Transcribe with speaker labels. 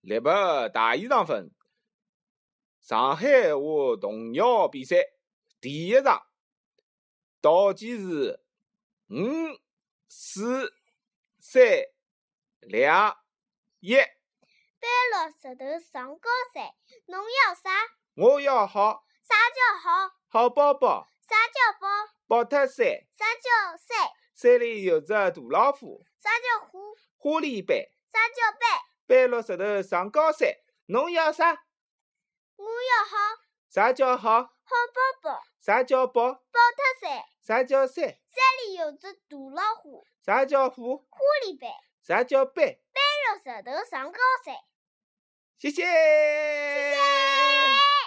Speaker 1: 力拔大学生分，上海话童谣比赛第一场，条件是五、四、三、两、一。
Speaker 2: 搬牢石头上高山，侬要啥？
Speaker 1: 我要好
Speaker 2: 啥叫好？
Speaker 1: 好包包，
Speaker 2: 啥叫包？
Speaker 1: 宝特山，
Speaker 2: 啥叫山？
Speaker 1: 山里有只大老虎，
Speaker 2: 啥叫虎？
Speaker 1: 花梨板，
Speaker 2: 啥叫板？
Speaker 1: 搬牢石头上高山。侬要啥？
Speaker 2: 我要好
Speaker 1: 啥叫好？
Speaker 2: 好包包，
Speaker 1: 啥叫宝？
Speaker 2: 宝特山，
Speaker 1: 啥叫山？
Speaker 2: 山里有只大老虎，
Speaker 1: 啥叫虎？
Speaker 2: 花里板，
Speaker 1: 啥叫板？
Speaker 2: 搬牢石头上高山。
Speaker 1: 谢谢。谢谢